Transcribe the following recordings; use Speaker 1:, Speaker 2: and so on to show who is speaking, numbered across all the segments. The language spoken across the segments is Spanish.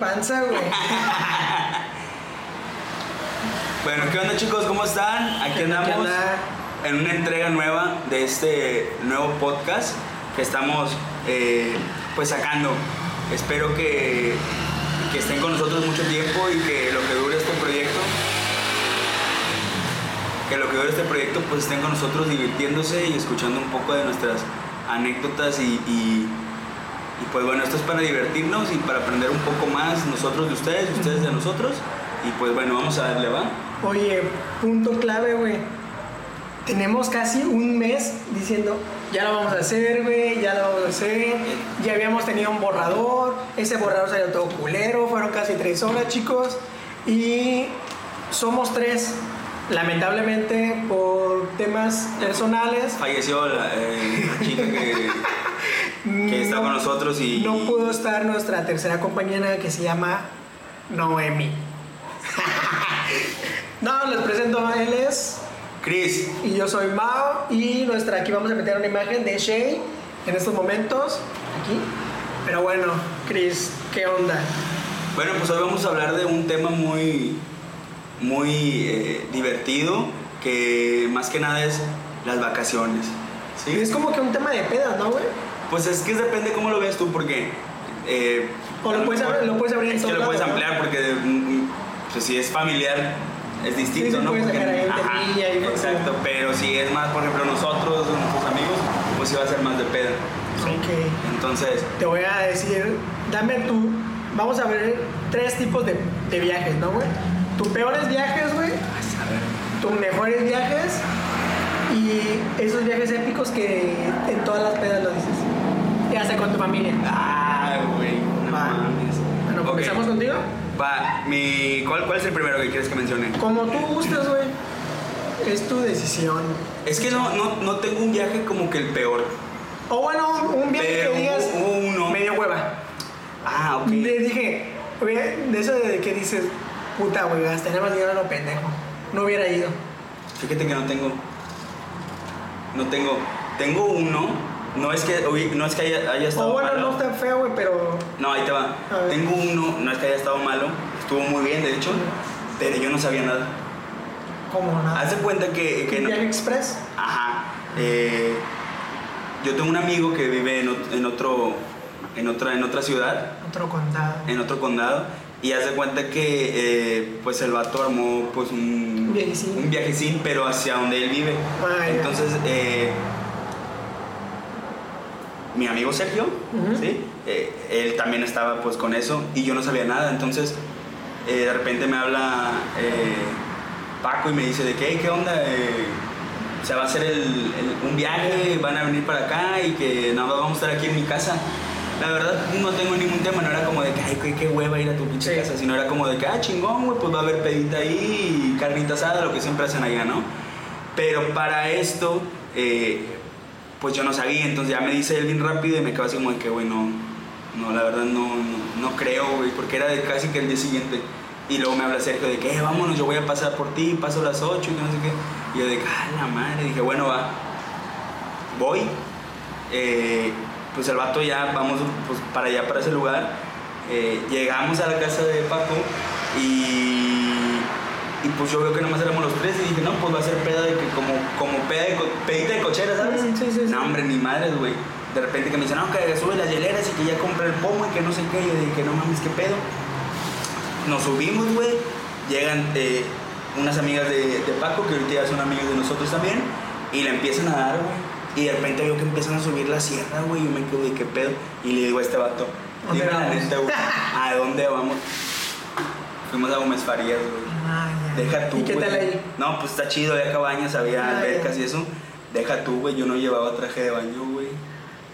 Speaker 1: danza, güey.
Speaker 2: Bueno, ¿qué onda chicos? ¿Cómo están? Aquí andamos
Speaker 1: onda?
Speaker 2: en una entrega nueva de este nuevo podcast que estamos eh, pues sacando. Espero que, que estén con nosotros mucho tiempo y que lo que dure este proyecto, que lo que dure este proyecto pues estén con nosotros divirtiéndose y escuchando un poco de nuestras anécdotas y, y- y, pues bueno, esto es para divertirnos y para aprender un poco más nosotros de ustedes, ustedes de nosotros y pues bueno, vamos a darle, ¿va?
Speaker 1: Oye, punto clave, güey. Tenemos casi un mes diciendo, ya lo vamos a hacer, güey, ya lo vamos a hacer. Ya habíamos tenido un borrador, ese borrador salió todo culero, fueron casi tres horas, chicos. Y somos tres, lamentablemente, por temas personales.
Speaker 2: Falleció la, eh, la chica que, que está
Speaker 1: no-
Speaker 2: con nosotros y...
Speaker 1: No pudo estar nuestra tercera compañera que se llama Noemi. no, les presento, él es...
Speaker 2: Chris,
Speaker 1: Y yo soy Mao y nuestra aquí vamos a meter una imagen de Shay en estos momentos aquí. Pero bueno, Chris, ¿qué onda?
Speaker 2: bueno, pues hoy vamos a hablar de un tema muy, muy eh, divertido, que más que nada es las vacaciones. ¿sí?
Speaker 1: Es como que un tema de pedas, ¿no, güey?
Speaker 2: Pues es que depende cómo lo veas tú, porque... eh,
Speaker 1: O lo
Speaker 2: a
Speaker 1: puedes
Speaker 2: mejor-
Speaker 1: abrir- lo puedes abrir en
Speaker 2: Es que
Speaker 1: todo
Speaker 2: lo puedes
Speaker 1: lado, ¿no?
Speaker 2: ampliar, porque mm, pues, si es familiar, es distinto,
Speaker 1: sí,
Speaker 2: ¿no?
Speaker 1: puedes
Speaker 2: Porque-
Speaker 1: sacar ahí un
Speaker 2: ajá,
Speaker 1: temilla y-
Speaker 2: exacto, pero si es más, por ejemplo, nosotros, nuestros amigos, pues sí va a ser más de peda.
Speaker 1: Ok.
Speaker 2: Entonces,
Speaker 1: Te voy a decir, dame tú, vamos a ver tres tipos de, de viajes, ¿no, güey? Tus peores viajes, güey,
Speaker 2: a ver,
Speaker 1: tus mejores viajes y esos viajes épicos que en todas las pedas lo dices. Ya sea con tu familia.
Speaker 2: Ah, güey. No
Speaker 1: Va.
Speaker 2: mames.
Speaker 1: Bueno,
Speaker 2: Ok,
Speaker 1: ¿comenzamos contigo?
Speaker 2: Va, mi. ¿Cuál, ¿Cuál es el primero que quieres que mencione?
Speaker 1: Como tú gustes, güey. Es tu decisión.
Speaker 2: Es que no, no, no tengo un viaje como que el peor.
Speaker 1: O bueno, un viaje
Speaker 2: Pero
Speaker 1: que digas.
Speaker 2: hubo uno.
Speaker 1: Media hueva.
Speaker 2: Ah, ok.
Speaker 1: Le dije, güey, de eso de que dices, puta, güey, gasté nada más dinero en lo pendejo. No hubiera ido.
Speaker 2: Fíjate que no tengo. No tengo. Tengo uno. No es que, uy, no es que haya, haya estado
Speaker 1: O Oh, bueno,
Speaker 2: malo.
Speaker 1: no está feo, güey, pero.
Speaker 2: No, ahí te va.
Speaker 1: A ver.
Speaker 2: Tengo uno. No es que haya estado malo. Estuvo muy bien, de hecho. Pero yo no sabía nada.
Speaker 1: Como nada.
Speaker 2: Haz de cuenta que, que
Speaker 1: ¿Un
Speaker 2: no.
Speaker 1: viaje express?
Speaker 2: Ajá. Eh, yo tengo un amigo que vive en, ot- en otro, en otra, en otra ciudad,
Speaker 1: Otro contado.
Speaker 2: en otro condado, y hace cuenta que eh, pues el vato armó pues un
Speaker 1: Un viajecín.
Speaker 2: un viajecín, pero hacia donde él vive.
Speaker 1: Ah, ya.
Speaker 2: Entonces, eh, mi amigo Sergio,
Speaker 1: Ujú.
Speaker 2: ¿sí? Eh, él también estaba pues con eso y yo no sabía nada, entonces eh, de repente me habla eh, Paco y me dice de que, "Hey, ¿qué onda? Eh, o sea, va a ser el, el- un viaje, van a venir para acá y que nada más vamos a estar aquí en mi casa. La verdad no tengo ningún tema, no era como de que, ay, qué, qué hueva ir a tu pinche
Speaker 1: Sí.
Speaker 2: casa, sino era como de que, ah, chingón, güey, pues va a haber pedita ahí y carnita asada, lo que siempre hacen allá, ¿no? Pero para esto, eh, pues yo no sabía, entonces ya me dice él bien rápido y me quedo así como de que, güey, no, no, la verdad no, no, no creo, güey, porque era de casi que el día siguiente. Y luego me habla Sergio de que, eh, vámonos, yo voy a pasar por ti, paso a las 8 y que no sé qué. Y yo de que, ah, la madre, dije, bueno, va, voy. Eh, pues el vato ya, vamos pues, para allá, para ese lugar. Eh, llegamos a la casa de Paco y y pues yo veo que nomás éramos los tres y dije, no, pues va a ser peda de que como, como peda de co- pedita de cochera, ¿sabes?
Speaker 1: Mm, sí, sí, sí.
Speaker 2: No, hombre, ni madres, güey. De repente que me dicen, no, que sube las hieleras y que ya compré el pomo y que no sé qué. Y yo dije, no mames, qué pedo. Nos subimos, güey. Llegan eh, unas amigas de, de Paco, que ahorita ya son amigas de nosotros también, y le empiezan a dar, güey. Y de repente veo que empiezan a subir la sierra, güey. y Yo me quedo de qué pedo. Y le digo a este vato,
Speaker 1: ¿Dónde
Speaker 2: dime la
Speaker 1: vamos?"
Speaker 2: neta, güey, ¿a dónde vamos? Fuimos a Gómez Farías, güey. Deja tú,
Speaker 1: ¿Y qué
Speaker 2: güey.
Speaker 1: tal ahí?
Speaker 2: No, pues está chido, había cabañas, había
Speaker 1: Ah, ya.
Speaker 2: albercas y eso. Deja tú, güey, yo no llevaba traje de baño, güey.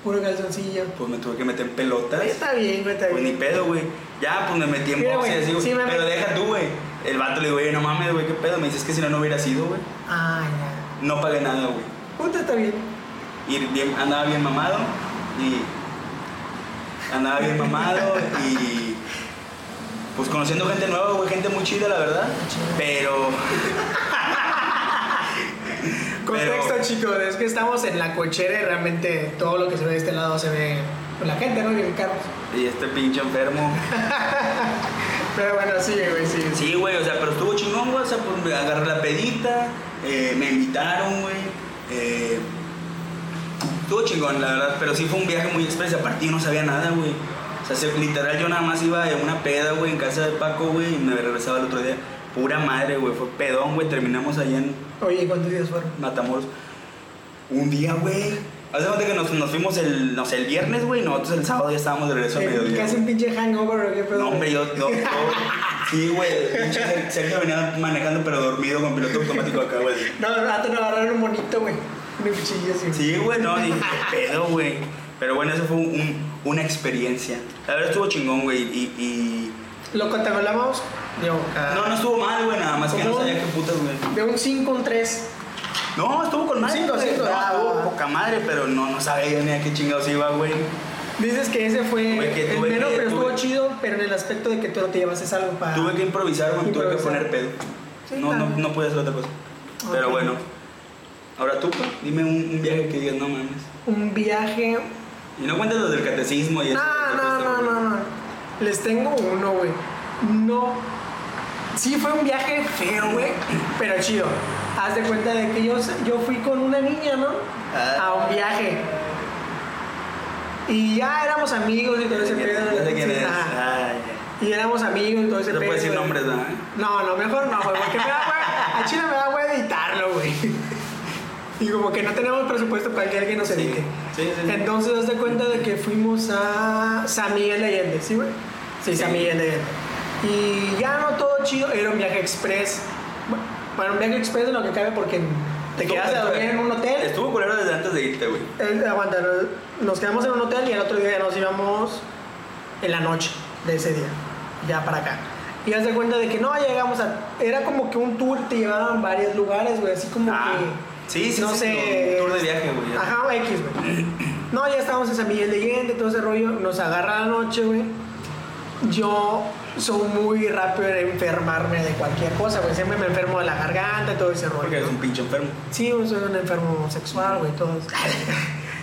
Speaker 1: Puro calzoncillo.
Speaker 2: Pues me tuve que meter en pelotas.
Speaker 1: Está bien, güey, está
Speaker 2: Pues ni
Speaker 1: bien.
Speaker 2: pedo, güey. Ya, pues me metí en
Speaker 1: Mira,
Speaker 2: boxe y
Speaker 1: güey,
Speaker 2: así, güey.
Speaker 1: sí me
Speaker 2: Pero
Speaker 1: metí.
Speaker 2: deja tú, güey. El vato le digo, oye, no mames, güey, qué pedo. Me dices que si no, no hubiera sido, güey.
Speaker 1: Ah, ya.
Speaker 2: No pagué nada, güey.
Speaker 1: Puta, está bien.
Speaker 2: Y bien- andaba bien mamado y andaba bien mamado y pues conociendo gente nueva, güey, gente muy chida, la verdad. Pero
Speaker 1: Contexto,
Speaker 2: Pero-
Speaker 1: chicos, es que estamos en la cochera y realmente todo lo que se ve de este lado se ve con la gente, ¿no? Y el carro.
Speaker 2: y este pinche enfermo.
Speaker 1: Pero bueno, sí, güey, sí. sí.
Speaker 2: Sí, güey, o sea, pero estuvo chingón, güey. O sea, pues me agarré la pedita, eh, me invitaron, güey. eh, estuvo chingón, la verdad, pero sí fue un viaje muy express. Aparte, yo no sabía nada, güey. O sea, se- literal, yo nada más iba de una peda, güey, en casa de Paco, güey, y me regresaba el otro día. Pura madre, güey, fue pedón, güey. Terminamos allá en
Speaker 1: Oye, ¿cuántos días fueron?
Speaker 2: Matamoros. Un día, güey. Hace cuenta que nos, nos fuimos el, no sé, el viernes, güey, y nosotros el sábado ya estábamos de regreso a
Speaker 1: Eh,
Speaker 2: mediodía.
Speaker 1: Casi un pinche hangover, ¿o ¿qué pedo?
Speaker 2: No, hombre, yo. yo- yo- sí, güey. pinche Ser- Sergio venía manejando, pero dormido con piloto automático acá, güey.
Speaker 1: No, antes me agarraron un bonito, güey. Un cuchillo así.
Speaker 2: Sí, güey, no, dije, "¿Qué pedo, güey. Pero bueno, eso fue un- un- una experiencia. La verdad estuvo chingón, güey. Y, y-
Speaker 1: Lo contemplamos, yo, ah. cada-
Speaker 2: No, no estuvo mal, güey, nada más que no sabía qué putas, güey.
Speaker 1: De un 5 un 3.
Speaker 2: No, estuvo con madre.
Speaker 1: Cinco,
Speaker 2: güey.
Speaker 1: cinco,
Speaker 2: No,
Speaker 1: ah,
Speaker 2: estuvo
Speaker 1: ah.
Speaker 2: poca madre, pero no, no sabía yo ni a qué chingados iba, güey.
Speaker 1: Dices que ese fue
Speaker 2: Tuve que-
Speaker 1: el
Speaker 2: tuve
Speaker 1: menos,
Speaker 2: que-
Speaker 1: pero
Speaker 2: tuve-
Speaker 1: estuvo chido, pero en el aspecto de que tú no te llevases algo para...
Speaker 2: Tuve que improvisar, güey, tuve que
Speaker 1: Improvisar.
Speaker 2: poner pedo.
Speaker 1: Sí,
Speaker 2: No, no,
Speaker 1: claro.
Speaker 2: no podía hacer otra cosa. Pero
Speaker 1: Ok.
Speaker 2: bueno. Ahora tú, güey, dime un, un viaje que digas, no mames.
Speaker 1: Un viaje...
Speaker 2: Y no cuentes los del catecismo y eso. pues,
Speaker 1: No, no, no, no, no. Les tengo uno, güey. No. Sí, fue un viaje feo, güey, pero chido. Haz de cuenta de que yo, yo fui con una niña, ¿no?
Speaker 2: Ah.
Speaker 1: A un viaje. Y ya éramos amigos y todo ese pedo.
Speaker 2: Ya sé quién
Speaker 1: Sí,
Speaker 2: es.
Speaker 1: ajá.
Speaker 2: Ay, ya.
Speaker 1: Y éramos amigos y todo ese
Speaker 2: No
Speaker 1: pedo.
Speaker 2: puedes decir
Speaker 1: güey.
Speaker 2: nombres, ¿verdad?
Speaker 1: No, no, mejor no, güey, porque me da güey. A Chile me da güey editarlo, güey. Y como que no tenemos presupuesto para que alguien nos
Speaker 2: Sí.
Speaker 1: edite.
Speaker 2: Sí, sí, sí.
Speaker 1: Entonces, haz de cuenta de que fuimos a San Miguel de Allende, ¿sí, güey? Sí,
Speaker 2: Sí.
Speaker 1: San Miguel de Allende. Y ya no todo chido, era un viaje express. Bueno, un viaje express de lo que cabe porque te
Speaker 2: Estuvo-
Speaker 1: quedaste a dormir en un hotel.
Speaker 2: Estuvo culero desde antes de irte, güey.
Speaker 1: Eh, aguanta, nos quedamos en un hotel y el otro día nos íbamos en la noche de ese día, ya para acá. Y haz de cuenta de que no llegamos a. Era como que un tour, te llevaban a varios lugares, güey, así como
Speaker 2: Ah,
Speaker 1: que.
Speaker 2: sí, sí,
Speaker 1: no
Speaker 2: sí,
Speaker 1: sé.
Speaker 2: un tour de viaje, güey, ya.
Speaker 1: Ajá, X, güey. No, ya estábamos en San Miguel de Allende, todo ese rollo. Nos agarra la noche, güey. Yo soy muy rápido en enfermarme de cualquier cosa, güey. Siempre me enfermo de la garganta, todo ese rollo.
Speaker 2: Porque eres
Speaker 1: ¿no?
Speaker 2: un pinche enfermo.
Speaker 1: Sí, soy un enfermo sexual, güey, todo eso.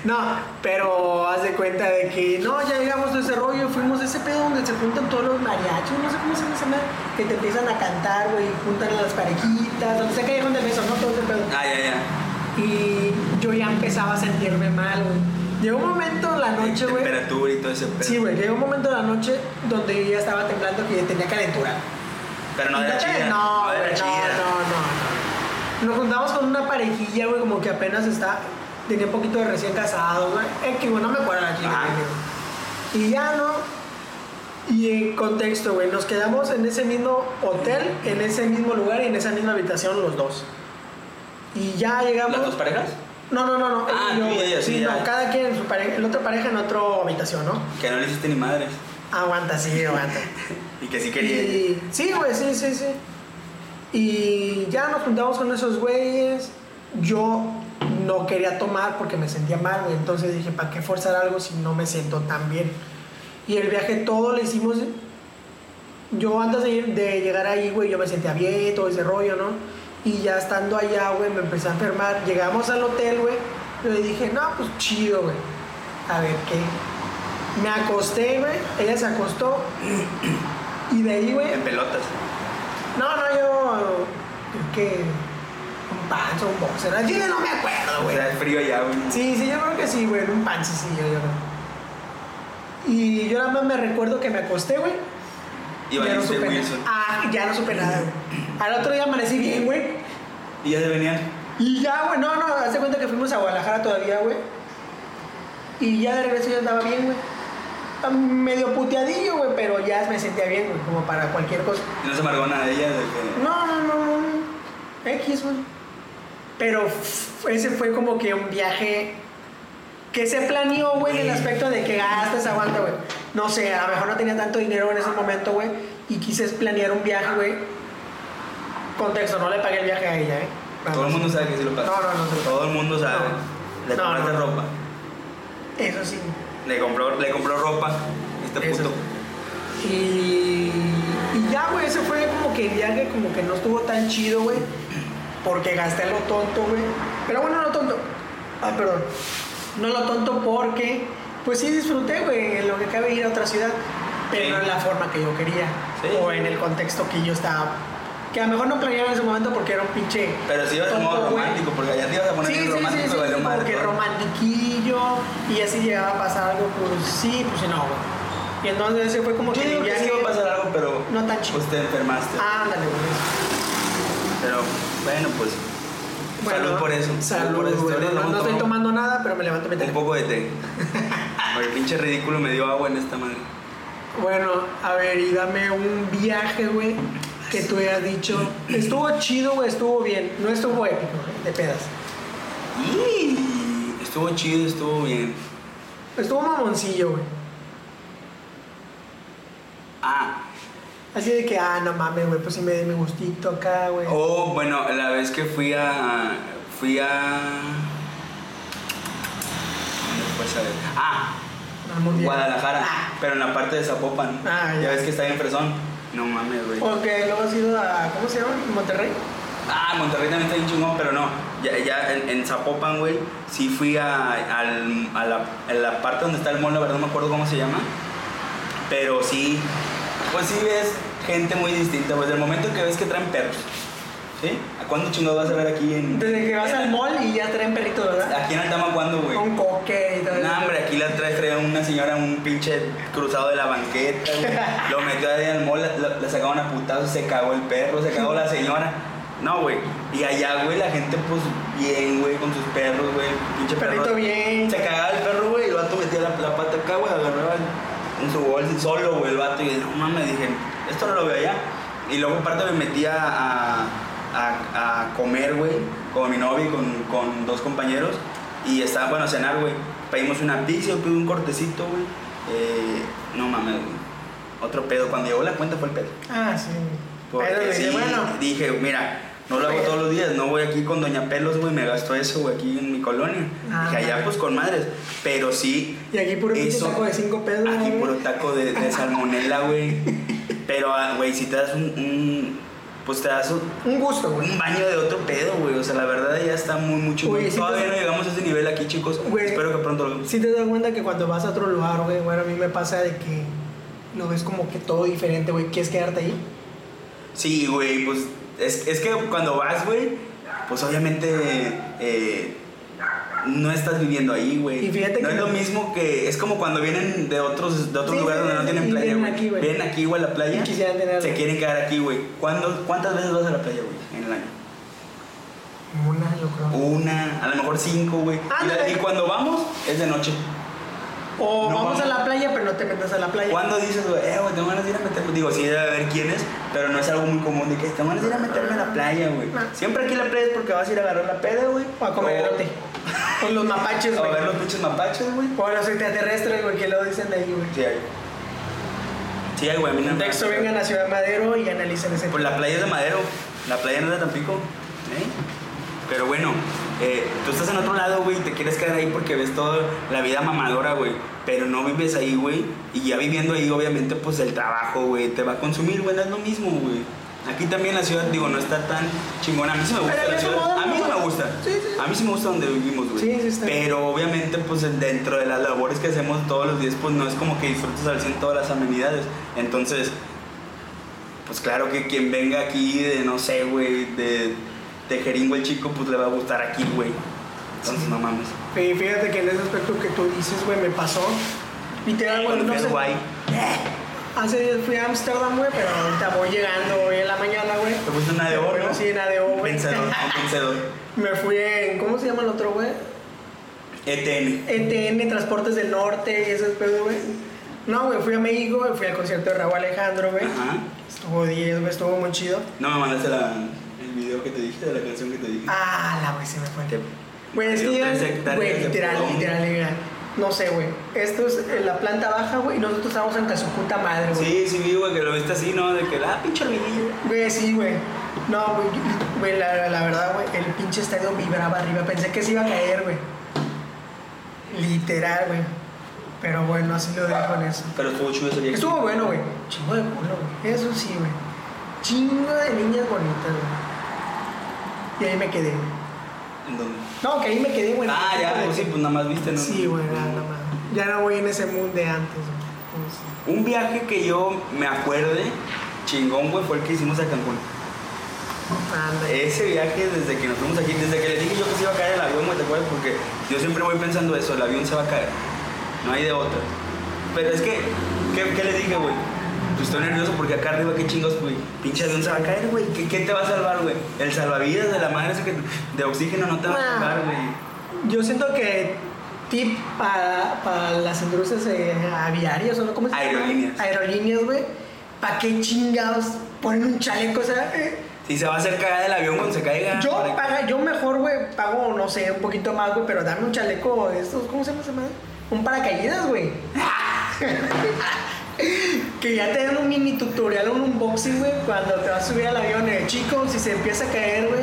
Speaker 1: No, pero haz de cuenta de que no, ya llegamos de ese rollo, fuimos a ese pedo donde se juntan todos los mariachis, no sé cómo se llama esa madre, que te empiezan a cantar, güey, juntan a las parejitas, donde se cayeron del beso, ¿no? Todo ese pedo.
Speaker 2: Ah, ya, ya.
Speaker 1: Y yo ya empezaba a sentirme mal, güey. Llegó un momento en la noche, güey.
Speaker 2: Eh, Temperatura y todo ese pedo.
Speaker 1: Sí, güey, llegó un momento en la noche donde yo ya estaba temblando que tenía calentura.
Speaker 2: Pero no era
Speaker 1: Fíjate,
Speaker 2: chida.
Speaker 1: No,
Speaker 2: no era
Speaker 1: güey, no,
Speaker 2: chida.
Speaker 1: no, no, no. Nos juntamos con una parejilla, güey, como que apenas está. Tenía un poquito de recién casado, güey. Es que, güey, no me acuerdo la chica.
Speaker 2: Ajá.
Speaker 1: güey. Y ya, ¿no? Y en contexto, güey, nos quedamos en ese mismo hotel, en ese mismo lugar y en esa misma habitación los dos. Y ya llegamos.
Speaker 2: ¿Las dos parejas?
Speaker 1: No, no, no, no.
Speaker 2: Ah,
Speaker 1: Yo,
Speaker 2: tú y
Speaker 1: güey.
Speaker 2: ella, sí,
Speaker 1: sí,
Speaker 2: ya.
Speaker 1: no, cada quien en su pareja, la otra pareja en otra habitación, ¿no?
Speaker 2: Que no le hiciste ni madres.
Speaker 1: Aguanta, sí, aguanta.
Speaker 2: Y que sí quería.
Speaker 1: Y, sí, güey, sí, sí, sí. Y ya nos juntamos con esos güeyes. Yo no quería tomar porque me sentía mal, güey. Entonces dije, ¿para qué forzar algo si no me siento tan bien? Y el viaje todo lo hicimos. Yo antes de, ir- de llegar ahí, güey, yo me sentía bien, todo ese rollo, ¿no? Y ya estando allá, güey, me empecé a enfermar. Llegamos al hotel, güey. Yo le dije, no, pues chido, güey. A ver qué. Me acosté, güey. Ella se acostó. Y de ahí, güey,
Speaker 2: En pelotas.
Speaker 1: no, no, yo. creo que. Un panzo, un boxer. Al chile no me acuerdo,
Speaker 2: O
Speaker 1: güey.
Speaker 2: sea, es frío allá, güey.
Speaker 1: Sí, sí, yo creo que sí, güey. en Un panzo, sí, yo, yo creo. Y yo nada más me recuerdo que me acosté, güey.
Speaker 2: Y
Speaker 1: ya no
Speaker 2: valiste
Speaker 1: supe
Speaker 2: Wilson.
Speaker 1: Ah, ya no supe nada, güey. Al otro día amanecí bien, güey.
Speaker 2: Y ya se venían.
Speaker 1: Y ya, güey, no, no, hazte cuenta que fuimos a Guadalajara todavía, güey. Y ya de regreso ya andaba bien, güey. Ah, Medio puteadillo, güey, pero ya me sentía bien, güey, como para cualquier cosa.
Speaker 2: Y no se amargó nada de ella. de que-
Speaker 1: No, no, no, no. X, güey. Pero f- ese fue como que un viaje que se planeó, güey, en el aspecto de que gastas, aguanta, güey. No sé, a lo mejor no tenía tanto dinero en ese momento, güey, y quise planear un viaje, güey. Contexto, no le pagué el viaje a ella, ¿eh?
Speaker 2: Todo el mundo sabe que sí lo pasa.
Speaker 1: No, no, no, no.
Speaker 2: Todo el mundo sabe.
Speaker 1: No.
Speaker 2: Le
Speaker 1: No,
Speaker 2: compraste
Speaker 1: no.
Speaker 2: ropa.
Speaker 1: Eso sí.
Speaker 2: Le compró, le compró ropa. Este
Speaker 1: Eso.
Speaker 2: puto.
Speaker 1: Y, y ya, güey, ese fue como que el viaje como que no estuvo tan chido, güey. Porque gasté lo tonto, güey. Pero bueno, no tonto. Ah, perdón. No lo tonto porque pues sí disfruté, güey, en lo que cabe ir a otra ciudad, pero
Speaker 2: Sí.
Speaker 1: no en la forma que yo quería
Speaker 2: Sí.
Speaker 1: o en el contexto que yo estaba. Que a lo mejor no planeaba en ese momento porque era un pinche.
Speaker 2: Pero si ibas de
Speaker 1: tonto,
Speaker 2: modo
Speaker 1: güey.
Speaker 2: romántico, porque allá te ibas a poner
Speaker 1: Sí, sí,
Speaker 2: bien
Speaker 1: sí,
Speaker 2: romántico
Speaker 1: sí,
Speaker 2: y valió
Speaker 1: sí, como
Speaker 2: madre
Speaker 1: que
Speaker 2: todo.
Speaker 1: romantiquillo y así llegaba a pasar algo, pues sí, pues no, güey. Y entonces ese fue como
Speaker 2: Yo
Speaker 1: que
Speaker 2: digo
Speaker 1: mi
Speaker 2: que sí
Speaker 1: viaje-
Speaker 2: iba a pasar algo, pero
Speaker 1: No tan chido. Ah.
Speaker 2: pues te enfermaste.
Speaker 1: Ándale, pues. güey.
Speaker 2: Pero bueno, pues salud por eso.
Speaker 1: Salud,
Speaker 2: por eso.
Speaker 1: güey.
Speaker 2: Ahorita
Speaker 1: No,
Speaker 2: vamos
Speaker 1: no
Speaker 2: a
Speaker 1: estoy
Speaker 2: tomar
Speaker 1: tomando nada, pero me levanto mi
Speaker 2: Un
Speaker 1: teléfono.
Speaker 2: poco de té. Porque pinche ridículo me dio agua en esta madre.
Speaker 1: Bueno, a ver, y dame un viaje, güey, que tú hayas dicho. Estuvo chido, güey, estuvo bien. No estuvo épico, güey, de pedas.
Speaker 2: Y estuvo chido, estuvo bien.
Speaker 1: Estuvo mamoncillo, güey.
Speaker 2: Ah,
Speaker 1: Así de que, ah, no mames, güey, pues sí me di mi gustito acá, güey.
Speaker 2: oh, bueno, la vez que fui a. Fui a. ¿Dónde fue esa vez? Ah,
Speaker 1: Al mundial.
Speaker 2: Guadalajara, pero en la parte de Zapopan.
Speaker 1: Ah, ya. Oh.
Speaker 2: ya. ves que está bien fresón. No mames, güey.
Speaker 1: O que luego has ido a, ¿cómo se llama? Monterrey.
Speaker 2: Ah, Monterrey también está bien chingón, pero no. Ya, ya en, en Zapopan, güey, sí fui a, al- a la, a la parte donde está el mall, la verdad no me acuerdo cómo se llama. Pero sí, pues sí ves gente muy distinta, pues del momento que ves que traen perros. ¿Sí? ¿A cuándo chingados vas a ver aquí en.
Speaker 1: Desde que vas
Speaker 2: en-
Speaker 1: al mall y ya traen perrito, ¿verdad?
Speaker 2: Aquí en Altama, ¿cuándo, güey?
Speaker 1: Con coque y todo eso.
Speaker 2: Ah, No, hombre, aquí la trae, trae una señora un pinche cruzado de la banqueta, güey. Lo metió ahí al mall, la, la sacaron a putazos, se cagó el perro, se cagó la señora. No, güey. Y allá, güey, la gente, pues, bien, güey, con sus perros, güey. Pinche
Speaker 1: Perrito
Speaker 2: perro.
Speaker 1: bien.
Speaker 2: Se cagaba el perro, güey, y el vato metía la, la pata acá, güey, agarraba el- en su bolsa solo, güey, el vato. Y yo, no mames, dije, esto no lo veo allá. Y luego, aparte, me metía a, a- a comer, güey, con mi novia y con, con dos compañeros. Y estaba, bueno, a cenar, güey. Pedimos una pizza, yo pedí un cortecito, güey. Eh, no mames, güey. Otro pedo. Cuando llegó la cuenta fue el pedo.
Speaker 1: Ah, sí.
Speaker 2: Porque
Speaker 1: Pero
Speaker 2: sí,
Speaker 1: dije, bueno,
Speaker 2: dije, mira, no lo hago todos los días, no voy aquí con Doña Pelos, güey, me gasto eso, güey, aquí en mi colonia.
Speaker 1: Ah,
Speaker 2: dije, allá
Speaker 1: madre.
Speaker 2: pues con madres. Pero sí,
Speaker 1: y aquí puro pinche
Speaker 2: eso-
Speaker 1: saco de 5 pesos.
Speaker 2: aquí
Speaker 1: güey.
Speaker 2: puro taco de, de salmonela, güey. Pero, ah, güey, si te das un, un- Pues te das un,
Speaker 1: Un gusto, güey.
Speaker 2: un baño de otro pedo, güey. O sea, la verdad ya está muy, muy chido.
Speaker 1: Oye, sí
Speaker 2: Todavía
Speaker 1: te-
Speaker 2: no llegamos a ese nivel aquí, chicos.
Speaker 1: Güey.
Speaker 2: Espero que pronto lo veamos.
Speaker 1: Si te das cuenta que cuando vas a otro lugar, güey, bueno, a mí me pasa de que lo ves como que todo diferente, güey, ¿quieres quedarte ahí?
Speaker 2: Sí, güey, pues es, es que cuando vas, güey, pues obviamente eh, no estás viviendo ahí, güey.
Speaker 1: Y fíjate
Speaker 2: no
Speaker 1: que
Speaker 2: es lo
Speaker 1: no.
Speaker 2: mismo que es como cuando vienen de otros de otros
Speaker 1: Sí,
Speaker 2: lugares donde
Speaker 1: sí,
Speaker 2: no
Speaker 1: sí,
Speaker 2: tienen
Speaker 1: y
Speaker 2: playa,
Speaker 1: vienen
Speaker 2: güey.
Speaker 1: aquí, güey.
Speaker 2: Vienen aquí, güey, a la playa.
Speaker 1: Y quisieran tener
Speaker 2: se
Speaker 1: algo.
Speaker 2: quieren quedar aquí, güey. ¿Cuándo- ¿Cuántas veces vas a la playa, güey, en el año?
Speaker 1: Una, yo creo.
Speaker 2: Una, a lo mejor cinco, güey. Y la-
Speaker 1: Ándale.
Speaker 2: Y, cuando vamos es de noche.
Speaker 1: O
Speaker 2: Uh, No,
Speaker 1: vamos
Speaker 2: vamos.
Speaker 1: a la playa, pero no te metas a la playa.
Speaker 2: ¿Cuándo dices, güey, eh, güey, tengo ganas de ir a meterme? Digo, sí, debe haber quién es, pero no es algo muy común de que tengo ganas de ir a meterme a la playa, güey.
Speaker 1: No.
Speaker 2: Siempre aquí la playa es porque vas a ir a agarrar la peda, güey.
Speaker 1: O a comer
Speaker 2: o-
Speaker 1: elote. Con los mapaches,
Speaker 2: O a
Speaker 1: güey.
Speaker 2: ver los pinches mapaches, güey.
Speaker 1: O los extraterrestres, güey, que lo dicen de ahí, güey.
Speaker 2: Sí hay. Sí hay, güey. a mí no me-
Speaker 1: Texto, vengan a Ciudad Madero y analicen ese
Speaker 2: Pues la playa es de Madero. La playa no es de Tampico. ¿eh? Pero bueno, eh, tú estás en otro lado, güey, y te quieres quedar ahí porque ves toda la vida mamadora, güey. Pero no vives ahí, güey. Y ya viviendo ahí, obviamente, pues el trabajo, güey, te va a consumir, güey. No es lo mismo, güey. Aquí también la ciudad, digo, no está tan chingona. A mí sí me gusta
Speaker 1: Pero
Speaker 2: la
Speaker 1: es un
Speaker 2: ciudad.
Speaker 1: modo,
Speaker 2: A mí sí
Speaker 1: ¿no?
Speaker 2: me gusta.
Speaker 1: Sí, sí, sí.
Speaker 2: A mí sí me gusta donde vivimos, güey.
Speaker 1: Sí, sí, está bien.
Speaker 2: Pero obviamente, pues dentro de las labores que hacemos todos los días, pues no es como que disfrutes al 100 todas las amenidades. Entonces, pues claro que quien venga aquí de, no sé, güey, de, de Jeringo el chico, pues le va a gustar aquí, güey. Entonces, no mames.
Speaker 1: Fí- Fíjate que en ese aspecto que tú dices, güey, me pasó. Literal, güey,
Speaker 2: Cuando
Speaker 1: no
Speaker 2: fui a
Speaker 1: sé.
Speaker 2: Dubái,
Speaker 1: Hace días fui a Ámsterdam, güey, pero ahorita voy llegando hoy en la mañana, güey.
Speaker 2: te puse una de oro, ¿no?
Speaker 1: Sí, una de oro, güey.
Speaker 2: Vencedor, un vencedor.
Speaker 1: Me fui en, ¿cómo se llama el otro, güey?
Speaker 2: E ETN.
Speaker 1: ETN, Transportes del Norte y esos pedos, güey. No, güey, fui a México, güey, fui al concierto de Raúl Alejandro, güey.
Speaker 2: Ajá.
Speaker 1: Estuvo 10, güey, estuvo muy chido.
Speaker 2: No me mandaste la, el video que te dije, de la canción que te dije.
Speaker 1: Ah, la güey, se me fue.
Speaker 2: Te-
Speaker 1: Güey, es
Speaker 2: te
Speaker 1: que
Speaker 2: dio
Speaker 1: ya-
Speaker 2: tres hectáreas
Speaker 1: güey,
Speaker 2: de
Speaker 1: literal,
Speaker 2: pulmón.
Speaker 1: literal, literal. No sé, güey. Esto es en la planta baja, güey, y nosotros estábamos en Casucuta madre, güey.
Speaker 2: Sí, sí, vi, güey, que lo viste así, ¿no? De que, ah, pinche olvidillo.
Speaker 1: Güey, sí, güey. No, güey, yo- güey, la, la verdad, güey, el pinche estadio vibraba arriba. Pensé que se iba a caer, güey. Literal, güey. Pero bueno, así lo dejo en eso.
Speaker 2: Pero estuvo chulo ese viaje.
Speaker 1: Estuvo bueno, güey. Chingo de culo, güey. Eso sí, güey. Chingo de niñas bonitas, güey. Y ahí me quedé, güey.
Speaker 2: ¿En dónde?
Speaker 1: No, que ahí me quedé, güey.
Speaker 2: ah, ya, Ah, pues sí, pues nada más viste, ¿no?
Speaker 1: Sí, güey, nada más. ya no voy en ese mood de antes. güey. Entonces,
Speaker 2: Un viaje que yo me acuerde, chingón, güey, fue el que hicimos a Cancún.
Speaker 1: anda.
Speaker 2: Ese viaje desde que nos fuimos aquí, desde que les dije yo que se iba a caer el avión, güey, ¿te acuerdas? Porque yo siempre voy pensando eso, el avión se va a caer. No hay de otra. Pero es que, ¿qué, qué les dije, güey? Pues estoy nervioso porque acá arriba, qué chingos, güey. Pinche avión se va a caer, güey. ¿Qué, qué te va a salvar, güey? El salvavidas de la madre ese que de oxígeno no te va a
Speaker 1: Nah.
Speaker 2: salvar, güey.
Speaker 1: Yo siento que tip para, para las industrias eh, aviarias o no, ¿cómo se llama?
Speaker 2: Aerolíneas.
Speaker 1: Aerolíneas, güey. ¿Para qué chingados ponen un chaleco? O sea, eh,
Speaker 2: Si se va a hacer cagar el avión cuando se caiga.
Speaker 1: yo,
Speaker 2: para-
Speaker 1: paga- yo mejor, güey, pago, no sé, un poquito más, güey, pero dame un chaleco, estos, ¿cómo se llama esa madre? Un paracaídas, güey. que ya te den un mini tutorial, un unboxing, güey, cuando te vas a subir al avión, eh, chicos, si se empieza a caer, güey,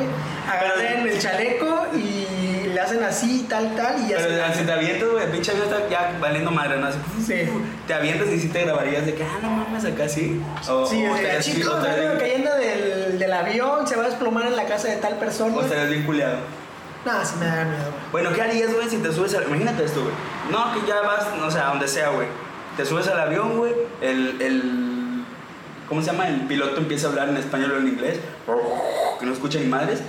Speaker 1: agarren el chaleco y le hacen así, tal, tal, y ya se
Speaker 2: Pero si te avientas, güey, el pinche avión está ya valiendo madre, ¿no? Así,
Speaker 1: Sí.
Speaker 2: Te avientas y si te grabarías de que, ah, no mames, acá sí. O,
Speaker 1: Sí,
Speaker 2: o
Speaker 1: o sea,
Speaker 2: estarías- o
Speaker 1: chicos,
Speaker 2: estarías
Speaker 1: vengo
Speaker 2: bien-
Speaker 1: cayendo del, del avión, se va a desplomar en la casa de tal persona.
Speaker 2: o estarías bien culeado.
Speaker 1: no, sí me da miedo, güey.
Speaker 2: Bueno, ¿qué harías, güey, si te subes al... Imagínate esto, güey. No, que ya vas, no sé, a donde sea, güey. Te subes al avión, güey. El, el... ¿Cómo se llama? El piloto empieza a hablar en español o en inglés. Que no escucha ni madres.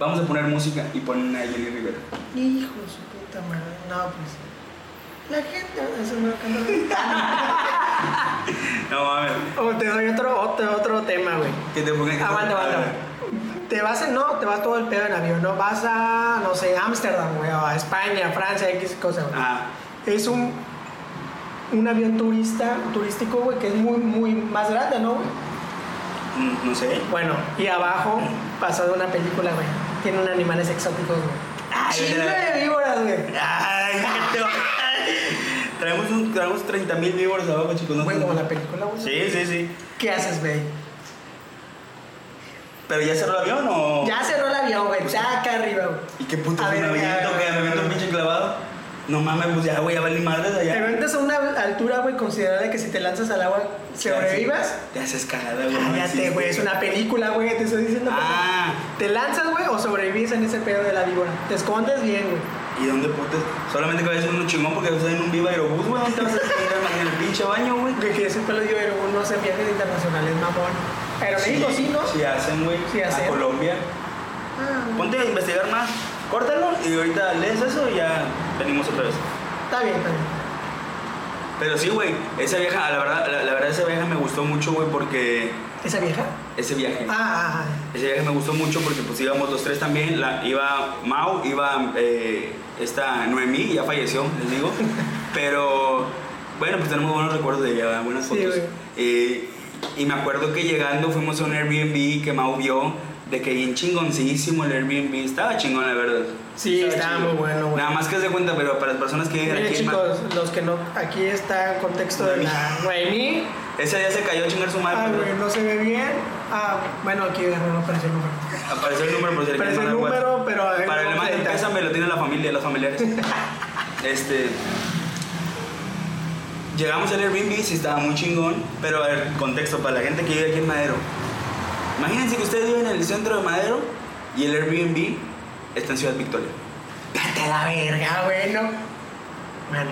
Speaker 2: Vamos a poner música y ponen a Jenny Rivera.
Speaker 1: Hijo de su puta madre. No, pues. La gente, eso me va a cambiar.
Speaker 2: No mames.
Speaker 1: O Oh, te doy otro, otro, otro tema, güey.
Speaker 2: Que te pongan...
Speaker 1: Aguanta, aguanta. güey. Te vas en, no, te vas todo el pedo en avión, no vas a, no sé, Ámsterdam, güey, o a España, Francia, X cosa, güey.
Speaker 2: Ah,
Speaker 1: Es un, un avión turista, turístico, güey, que es muy, muy más grande, ¿no, güey?
Speaker 2: mm, no sé.
Speaker 1: Bueno, y abajo, pasado una película, güey. Tienen animales exóticos, güey.
Speaker 2: Ay,
Speaker 1: Chingo
Speaker 2: verdad.
Speaker 1: de víboras, güey.
Speaker 2: Ay, qué te va- Traemos, un, traemos 30.000 víboras abajo, chicos. No
Speaker 1: Güey,
Speaker 2: te-
Speaker 1: como la película, güey.
Speaker 2: Sí, sí, sí.
Speaker 1: ¿Qué haces, güey?
Speaker 2: ¿Pero ya cerró el avión o...?
Speaker 1: Ya cerró el avión, güey. Ya acá arriba, güey.
Speaker 2: ¿Y qué puto es
Speaker 1: A
Speaker 2: un
Speaker 1: ver,
Speaker 2: aviento
Speaker 1: a ver,
Speaker 2: que
Speaker 1: a
Speaker 2: me
Speaker 1: ver.
Speaker 2: meto un pinche clavado? No mames, pues ya, güey, ya vale madres
Speaker 1: Te
Speaker 2: allá.
Speaker 1: metes a una altura, güey, considerable que si te lanzas al agua sobrevivas.
Speaker 2: Te haces calada, güey. no
Speaker 1: Cállate,
Speaker 2: existe.
Speaker 1: güey. Es una película, güey. Te estoy diciendo.
Speaker 2: Ah,
Speaker 1: Te lanzas, güey, o sobrevives en ese pedo de la víbora. Te escondes bien, güey.
Speaker 2: ¿y dónde putas? Solamente que vayas en un chingón porque vas en un viva aerobús, güey. ¿Dónde te vas a esconder en el pinche baño, güey?
Speaker 1: De que ese pelo yo era uno hace viajes internacionales, mamón. Pero México sí, ¿no?
Speaker 2: Sí hacen, güey.
Speaker 1: Sí hacen.
Speaker 2: A Colombia.
Speaker 1: Ah, güey.
Speaker 2: Ponte a investigar más. Córtalo y ahorita lees eso y ya venimos otra vez.
Speaker 1: Está bien, está bien.
Speaker 2: Pero sí, güey, esa vieja, la verdad, la, la verdad esa vieja me gustó mucho, güey, porque
Speaker 1: ¿Esa vieja?
Speaker 2: ese viaje.
Speaker 1: Ah, ah,
Speaker 2: Ese viaje me gustó mucho porque pues íbamos los tres también, la, iba Mau, iba eh, esta Noemí, ya falleció, les digo, pero bueno, pues tenemos buenos recuerdos de ella, buenas
Speaker 1: Sí,
Speaker 2: fotos.
Speaker 1: güey.
Speaker 2: Eh, y me acuerdo que llegando fuimos a un Airbnb que Mau vio, de que bien chingoncísimo el Airbnb, estaba chingón la verdad.
Speaker 1: Sí, estaba
Speaker 2: chingón.
Speaker 1: muy bueno, güey.
Speaker 2: Nada más que se cuenta, pero para las personas que
Speaker 1: ah.
Speaker 2: viven
Speaker 1: Miren,
Speaker 2: aquí en Ma-
Speaker 1: chicos, los que no. Aquí está el contexto de la Noemí.
Speaker 2: ese día se cayó a chingar su madre,
Speaker 1: Ah,
Speaker 2: pero
Speaker 1: güey, no se ve bien. Ah, bueno, aquí agarró, no apareció el número.
Speaker 2: apareció el número, pero se le
Speaker 1: Apareció
Speaker 2: quedó mal
Speaker 1: el
Speaker 2: al
Speaker 1: número, pero. a ver,
Speaker 2: Para el
Speaker 1: no
Speaker 2: más de
Speaker 1: cuenta.
Speaker 2: pésame lo tiene la familia, los familiares. este. Llegamos al Airbnb, sí estaba muy chingón, pero a ver, contexto para la gente que vive aquí en Madero. Imagínense que ustedes viven en el centro de Madero y el Airbnb está en Ciudad Victoria.
Speaker 1: Vete a la verga, güey, no. Bueno.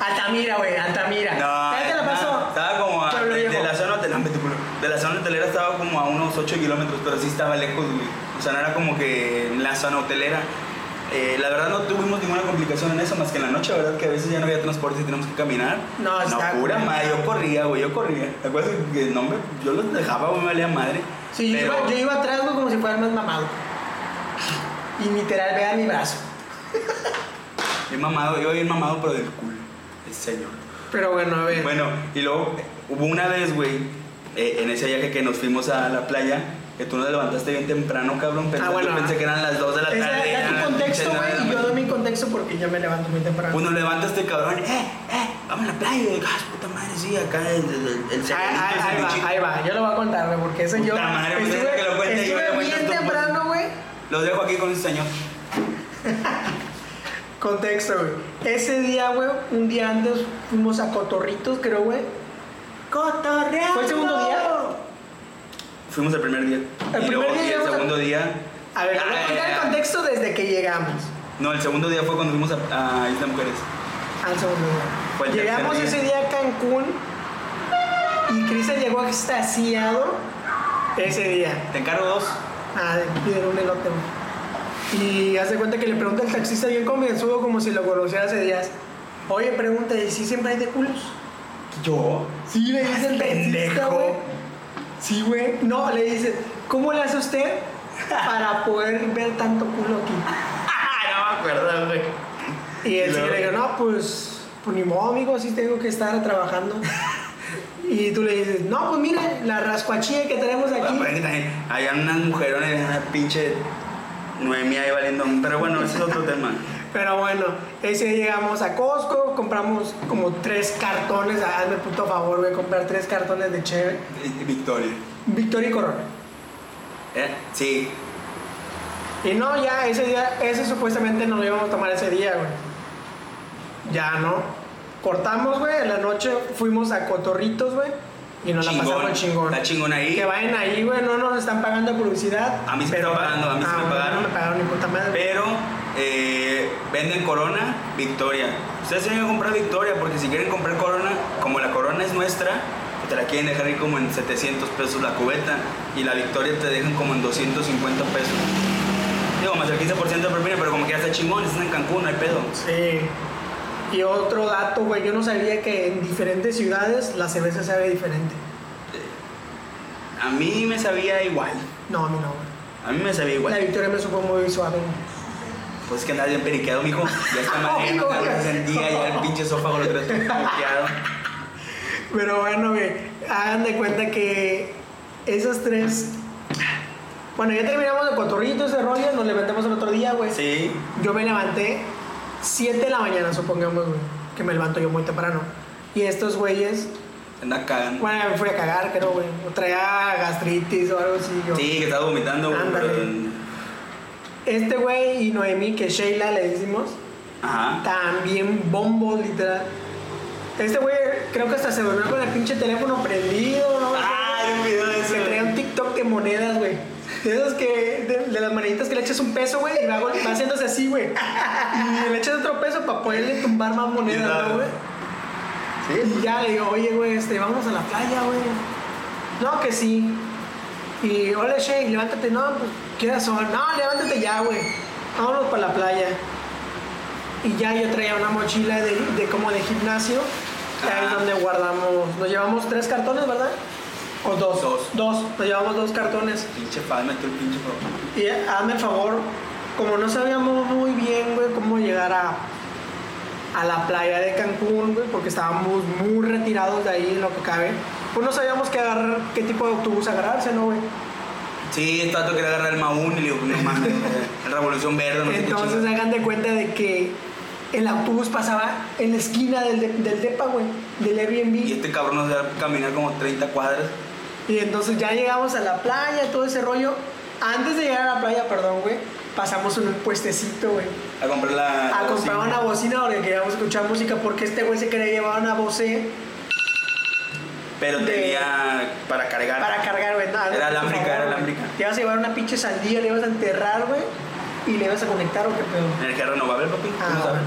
Speaker 1: Altamira, güey, Altamira. Ya te la
Speaker 2: nada,
Speaker 1: pasó?
Speaker 2: Estaba como a-
Speaker 1: Pueblo
Speaker 2: de,
Speaker 1: Viejo.
Speaker 2: la zona hotelera, de la zona hotelera estaba como a unos 8 kilómetros, pero sí estaba lejos, güey. O sea, no era como que en la zona hotelera. Eh, la verdad no tuvimos ninguna complicación en eso, más que en la noche, ¿verdad? Que a veces ya no había transporte y teníamos que caminar.
Speaker 1: No, está-
Speaker 2: pura madre, yo corría, güey, yo corría. ¿Te acuerdas que, no, hombre, yo los dejaba, güey, me valía madre.
Speaker 1: Sí, yo,
Speaker 2: Pero-
Speaker 1: iba, yo iba atrás, güey, como si fuera el más mamado. Y literal, vean mi brazo.
Speaker 2: Bien mamado, iba bien mamado, pero del culo, el señor.
Speaker 1: Pero bueno, a ver.
Speaker 2: Bueno, y luego eh, hubo una vez, güey, eh, en ese viaje que nos fuimos a la playa, que tú nos levantaste bien temprano, cabrón, pero
Speaker 1: Ah, bueno,
Speaker 2: yo pensé
Speaker 1: ah.
Speaker 2: que eran las 2 de la
Speaker 1: Esa-
Speaker 2: tarde.
Speaker 1: da
Speaker 2: eran
Speaker 1: tu
Speaker 2: las
Speaker 1: contexto,
Speaker 2: pinches nueve de la
Speaker 1: güey, y yo
Speaker 2: mañana.
Speaker 1: doy mi contexto porque yo me levanto muy temprano.
Speaker 2: Uno levanta a este cabrón, eh, eh, vamos a la playa. Y, ah, puta madre, sí, acá el, el, el, el
Speaker 1: Ah, ah,
Speaker 2: el
Speaker 1: ahí,
Speaker 2: sandwichito.
Speaker 1: va, ahí va, yo lo voy a contar, güey, porque ese
Speaker 2: Puta
Speaker 1: yo.
Speaker 2: madre, pues,
Speaker 1: estuve
Speaker 2: deja que lo cuente y yo le
Speaker 1: estuve
Speaker 2: cuento
Speaker 1: bien
Speaker 2: tu-
Speaker 1: temprano, güey.
Speaker 2: Los dejo aquí con el señor.
Speaker 1: Contexto, güey. Ese día, güey, un día antes fuimos a Cotorritos, creo, güey.
Speaker 2: Cotorreo.
Speaker 1: ¿Fue el segundo día?
Speaker 2: Fuimos el primer día.
Speaker 1: El
Speaker 2: y
Speaker 1: primer
Speaker 2: luego,
Speaker 1: día
Speaker 2: y el
Speaker 1: llegamos a-
Speaker 2: segundo día.
Speaker 1: A ver, voy a
Speaker 2: Ah,
Speaker 1: contar el contexto desde que llegamos.
Speaker 2: No, el segundo día fue cuando fuimos a, a Isla Mujeres.
Speaker 1: al segundo lugar.
Speaker 2: Fue el tercer
Speaker 1: Llegamos
Speaker 2: día.
Speaker 1: ese día a Cancún y Cristian llegó extasiado ese día.
Speaker 2: Te encargo dos.
Speaker 1: Ah, de- pidieron un elote, güey. Y hace cuenta que le pregunta al taxista bien convenzudo como si lo conociera hace días. Oye, pregunta, ¿y si siempre hay de culos?
Speaker 2: ¿Yo?
Speaker 1: Sí, le dice el taxista,
Speaker 2: Pendejo.
Speaker 1: güey. Sí, güey. No, le dice, ¿cómo le hace usted para poder ver tanto culo aquí?
Speaker 2: Ah, no me acuerdo, güey.
Speaker 1: Y
Speaker 2: Y
Speaker 1: él sí
Speaker 2: luego-
Speaker 1: le dijo, no, pues, pues ni modo, amigo, sí tengo que estar trabajando. y tú le dices, no, pues mira, la rascuachilla que tenemos aquí.
Speaker 2: Aparte Pues, que también Había unas mujerones, una pinche Noemí ahí valiendo. Pero bueno, ese es otro tema.
Speaker 1: Pero bueno, ese día llegamos a Costco, compramos como tres cartones, ah, hazme puto favor, voy a comprar tres cartones de cheve.
Speaker 2: Eh, Victoria.
Speaker 1: Victoria y Corona.
Speaker 2: ¿Eh? Sí.
Speaker 1: Y no, ya ese día, ese supuestamente no lo íbamos a tomar ese día, güey. Ya no. Cortamos, güey, en la noche fuimos a Cotorritos, güey, y nos la pasamos chingón.
Speaker 2: Está chingón ahí.
Speaker 1: Que vayan ahí, güey, no nos están pagando publicidad.
Speaker 2: A mí sí me
Speaker 1: pero-
Speaker 2: están pagando, a mí sí
Speaker 1: Ah,
Speaker 2: me
Speaker 1: bueno,
Speaker 2: pagaron.
Speaker 1: No me pagaron ni puta madre.
Speaker 2: Pero eh, venden Corona, Victoria. Ustedes tienen que comprar Victoria porque si quieren comprar Corona, como la Corona es nuestra, te la quieren dejar ahí como en 700 pesos la cubeta y la Victoria te dejan como en 250 pesos. Digo, más del 15% de propina, pero como que ya está chingón, están en Cancún, no hay pedo.
Speaker 1: Sí. Y otro dato, güey, yo no sabía que en diferentes ciudades la cerveza sabe diferente.
Speaker 2: A mí me sabía igual.
Speaker 1: No, a mí no, güey.
Speaker 2: A mí me sabía igual.
Speaker 1: La victoria me supo muy suave. güey.
Speaker 2: Pues es que andas bien periqueado, mijo. Ya está madre, ya no te resentía, ya el pinche esófago lo traes todo bloqueado.
Speaker 1: Pero bueno, güey, hagan de cuenta que esas tres... Bueno, ya terminamos de cotorrito ese rollo, nos levantamos el otro día, güey.
Speaker 2: Sí.
Speaker 1: Yo me levanté 7 de la mañana, supongamos, güey, que me levanto yo muy temprano. Y estos güeyes,
Speaker 2: Anda cagando.
Speaker 1: bueno, me fui a cagar, creo, güey. O traía gastritis o algo así. Yo.
Speaker 2: Sí, que estás vomitando, güey,
Speaker 1: Ándale.
Speaker 2: pero-
Speaker 1: Este güey y Noemí, que Sheila le decimos,
Speaker 2: Ajá.
Speaker 1: también bombos, literal. Este güey creo que hasta se durmió con el pinche teléfono prendido, ¿no?
Speaker 2: Ah, hay un video de eso.
Speaker 1: se traía un TikTok de monedas, güey. De esos que, de, de las moneditas que le echas un peso, güey, y va, gol- va haciéndose así, güey. Y le echas otro peso para poderle tumbar más monedas, ¿no, güey? Y ya le digo, oye, güey, este, vamos a la playa, güey. No, que sí. Y, hola, Shane, levántate. No, pues, queda sol. No, levántate ya, güey. Vámonos para la playa. Y ya yo traía una mochila de, de como de gimnasio. que Ahí es
Speaker 2: Ah.
Speaker 1: donde guardamos. Nos llevamos tres cartones, ¿verdad? O dos.
Speaker 2: Dos.
Speaker 1: Dos. Nos llevamos dos cartones.
Speaker 2: Pinche padre, metió el pinche papá.
Speaker 1: Y eh, hazme el favor, como no sabíamos muy bien, güey, cómo llegar a, a la playa de Cancún, güey, porque estábamos muy retirados de ahí, lo que cabe, pues no sabíamos qué, agarrar, qué tipo de autobús agarrarse, ¿no, güey?
Speaker 2: Sí, el tato quería agarrar el maún y le digo, no mames, el Revolución Verde, no sé qué
Speaker 1: Entonces eh.
Speaker 2: chingas.
Speaker 1: hagan de cuenta de que el autobús pasaba en la esquina del, de- del DEPA, güey, del Airbnb.
Speaker 2: Y este cabrón nos da caminar como 30 cuadras.
Speaker 1: Y entonces ya llegamos a la playa, todo ese rollo. Antes de llegar a la playa, perdón, güey, pasamos en un puestecito, güey.
Speaker 2: A comprar la.
Speaker 1: a
Speaker 2: la
Speaker 1: comprar
Speaker 2: bocina.
Speaker 1: una bocina porque queríamos escuchar música porque este güey se quería llevar una voce
Speaker 2: Pero
Speaker 1: de-
Speaker 2: tenía para cargar.
Speaker 1: para cargar, güey. Nada,
Speaker 2: Era
Speaker 1: por
Speaker 2: alámbrica,
Speaker 1: favor,
Speaker 2: era
Speaker 1: güey.
Speaker 2: alámbrica.
Speaker 1: Te ibas a llevar una pinche sandía, le ibas a enterrar, güey, y le ibas a conectar o qué pedo.
Speaker 2: Energía renovable, papi. ¿Tú
Speaker 1: Ah,
Speaker 2: no sabes?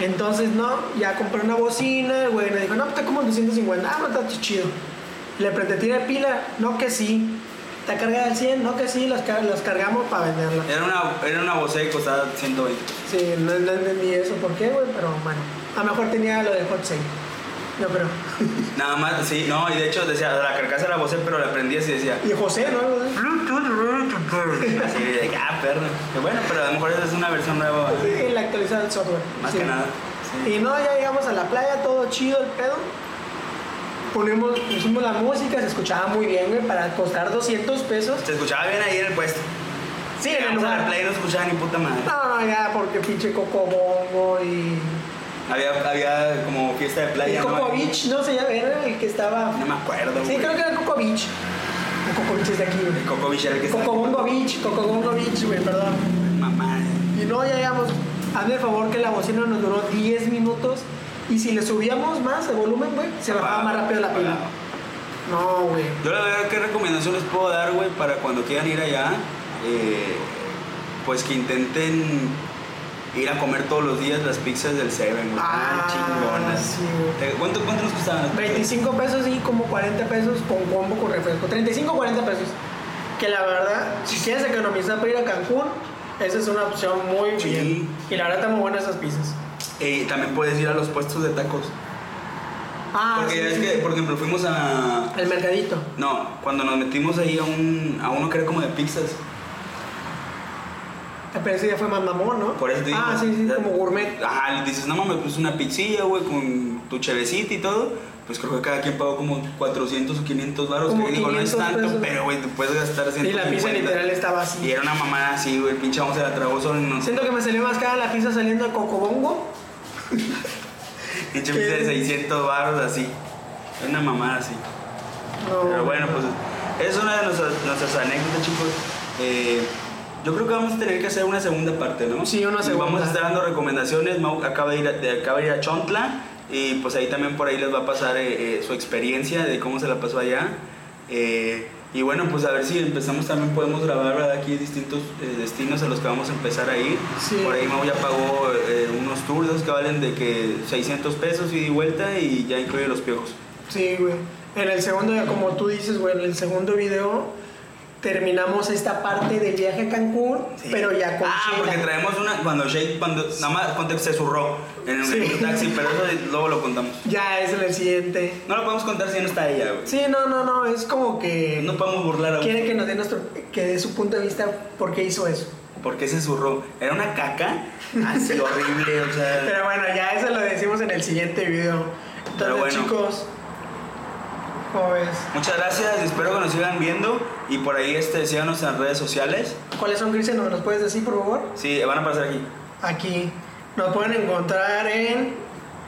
Speaker 1: Entonces, no, ya compré una bocina, el güey me dijo, no, pues, está como en 250, ah, no está chido. Le prendí, tiene pila, no que sí. Está cargada al 100, no que sí, las, car- las cargamos para venderla.
Speaker 2: Era una, era una bocina que costaba 120.
Speaker 1: Sí, no, no entendí eso, ¿por qué, güey? Pero bueno, a lo mejor tenía lo de hot sale. No, pero...
Speaker 2: Nada más, sí, no, y de hecho decía, la carcasa era la bocina, pero la prendías y decía.
Speaker 1: Y José, ¿no? Algo así.
Speaker 2: Así de, ah, perro. Que bueno, pero a lo mejor esa es una versión nueva.
Speaker 1: El actualizar el software.
Speaker 2: Más
Speaker 1: sí.
Speaker 2: que nada. Sí.
Speaker 1: Y no, ya llegamos a la playa, todo chido el pedo. Ponemos, pusimos la música, se escuchaba muy bien, güey, para costar 200 pesos.
Speaker 2: Se escuchaba bien ahí en el puesto.
Speaker 1: Sí, en el
Speaker 2: Llegamos a la
Speaker 1: lugar.
Speaker 2: playa y no escuchaba ni puta madre.
Speaker 1: No, no, ya, porque pinche Cocobongo y.
Speaker 2: Había, había como fiesta de
Speaker 1: y
Speaker 2: playa.
Speaker 1: Coco
Speaker 2: ¿no?
Speaker 1: Beach, no sé, era el que estaba.
Speaker 2: No me acuerdo,
Speaker 1: sí,
Speaker 2: güey.
Speaker 1: creo que era Coco Beach. O Coco Beach es de aquí,
Speaker 2: El
Speaker 1: güey.
Speaker 2: Coco Beach era el que
Speaker 1: Cocobongo Beach, Cocobongo Beach, güey, perdón.
Speaker 2: estaba- Mamá.
Speaker 1: Y no, ya llegamos. Hazme el favor que la bocina nos duró 10 minutos. Y si le subíamos más el volumen, güey, se bajaba más rápido la pila. No, güey.
Speaker 2: Yo la verdad, ¿qué recomendación les puedo dar, güey, para cuando quieran ir allá? Eh, pues que intenten ir a comer todos los días las pizzas del Seven, güey.
Speaker 1: Ah,
Speaker 2: Tan chingonas.
Speaker 1: sí, güey.
Speaker 2: Te- ¿Cuánto, cuánto nos costaban? las pizzas?
Speaker 1: 25 pesos y como 40 pesos con combo con refresco. 35 o 40 pesos. Que la verdad, si quieres economizar para ir a Cancún, esa es una opción muy
Speaker 2: Sí.
Speaker 1: bien. Y la verdad están muy buenas esas pizzas.
Speaker 2: Eh, también puedes ir a los puestos de tacos.
Speaker 1: Ah,
Speaker 2: Porque
Speaker 1: sí,
Speaker 2: es
Speaker 1: sí,
Speaker 2: que,
Speaker 1: sí.
Speaker 2: por ejemplo, fuimos a.
Speaker 1: el mercadito.
Speaker 2: No, cuando nos metimos ahí a, un, a uno que era como de pizzas.
Speaker 1: Pero ese ya fue más mamón, ¿no?
Speaker 2: Por eso te digo.
Speaker 1: Ah, sí, sí, como gourmet.
Speaker 2: Ajá, le dices, no mames, pues una pizzilla, güey, con tu chevecita y todo. Pues creo que cada quien pagó como 400 o 500 baros.
Speaker 1: Como
Speaker 2: Que digo, no es
Speaker 1: 500
Speaker 2: tanto,
Speaker 1: pesos.
Speaker 2: pero güey, te puedes gastar 150.
Speaker 1: Y la pizza literal estaba
Speaker 2: Y
Speaker 1: así.
Speaker 2: era una mamada así, güey, el pinche vamos se la tragó solo. No sé,
Speaker 1: Siento que me salió más cara la pizza saliendo de Cocobongo.
Speaker 2: pinche pizza de 600 baros así. Era una mamada así.
Speaker 1: No.
Speaker 2: Pero bueno, pues es una de nuestras, nuestras anécdotas, chicos. Eh, yo creo que vamos a tener que hacer una segunda parte, ¿no?
Speaker 1: Sí, una
Speaker 2: Y
Speaker 1: segunda.
Speaker 2: Vamos a estar dando recomendaciones. Mau acaba de ir a, de- acaba de ir a Chontla y pues ahí también por ahí les va a pasar eh, eh, su experiencia de cómo se la pasó allá. Eh, y bueno, pues a ver si empezamos también podemos grabar ¿verdad? aquí distintos eh, destinos a los que vamos a empezar a ir.
Speaker 1: Sí.
Speaker 2: Por ahí Mau ya pagó eh, unos tours de esos que valen de que 600 pesos ida y vuelta y ya incluye los piojos.
Speaker 1: Sí, güey. En el segundo, ya como tú dices, güey, en el segundo video terminamos esta parte del viaje a Cancún,
Speaker 2: Sí.
Speaker 1: pero ya con
Speaker 2: Ah,
Speaker 1: chela.
Speaker 2: porque traemos una. Cuando Jake, cuando. Nada más ponte, se zurró en
Speaker 1: Sí.
Speaker 2: el taxi, pero eso luego lo contamos.
Speaker 1: Ya es en el siguiente.
Speaker 2: No lo podemos contar si no está ella, güey.
Speaker 1: Sí, no, no, no, es como que
Speaker 2: No podemos burlar a
Speaker 1: quiere que nos dé nuestro que dé su punto de vista por qué hizo eso.
Speaker 2: ¿Por qué se zurró? Era una caca así horrible, o sea.
Speaker 1: Pero bueno, ya eso lo decimos en el siguiente video. Entonces,
Speaker 2: Pero bueno.
Speaker 1: chicos, ¿cómo ves?
Speaker 2: Muchas gracias, espero que nos sigan viendo y por ahí este, síganos en redes sociales.
Speaker 1: ¿Cuáles son, Cristian? ¿Nos los puedes decir, por favor?
Speaker 2: Sí, van a pasar aquí.
Speaker 1: aquí. Nos pueden encontrar en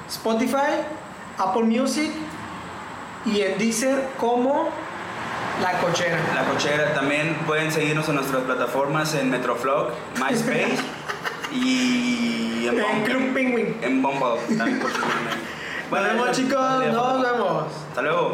Speaker 1: Spotify, Apple Music y en Deezer como La Cochera.
Speaker 2: La cochera también pueden seguirnos en nuestras plataformas en Metroflog, MySpace y en
Speaker 1: En Club
Speaker 2: Bumble.
Speaker 1: Penguin.
Speaker 2: En Bumble también por supuesto.
Speaker 1: Nos vemos
Speaker 2: eso-
Speaker 1: chicos,
Speaker 2: Vale,
Speaker 1: nos vemos.
Speaker 2: Hasta luego.